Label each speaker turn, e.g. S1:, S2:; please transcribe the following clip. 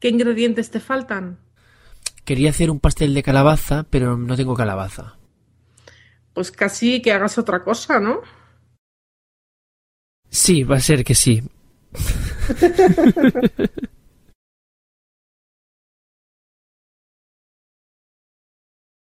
S1: ¿Qué ingredientes te faltan?
S2: Quería hacer un pastel de calabaza, pero no tengo calabaza.
S1: Pues casi que hagas otra cosa, ¿no?
S2: Sí, va a ser que sí.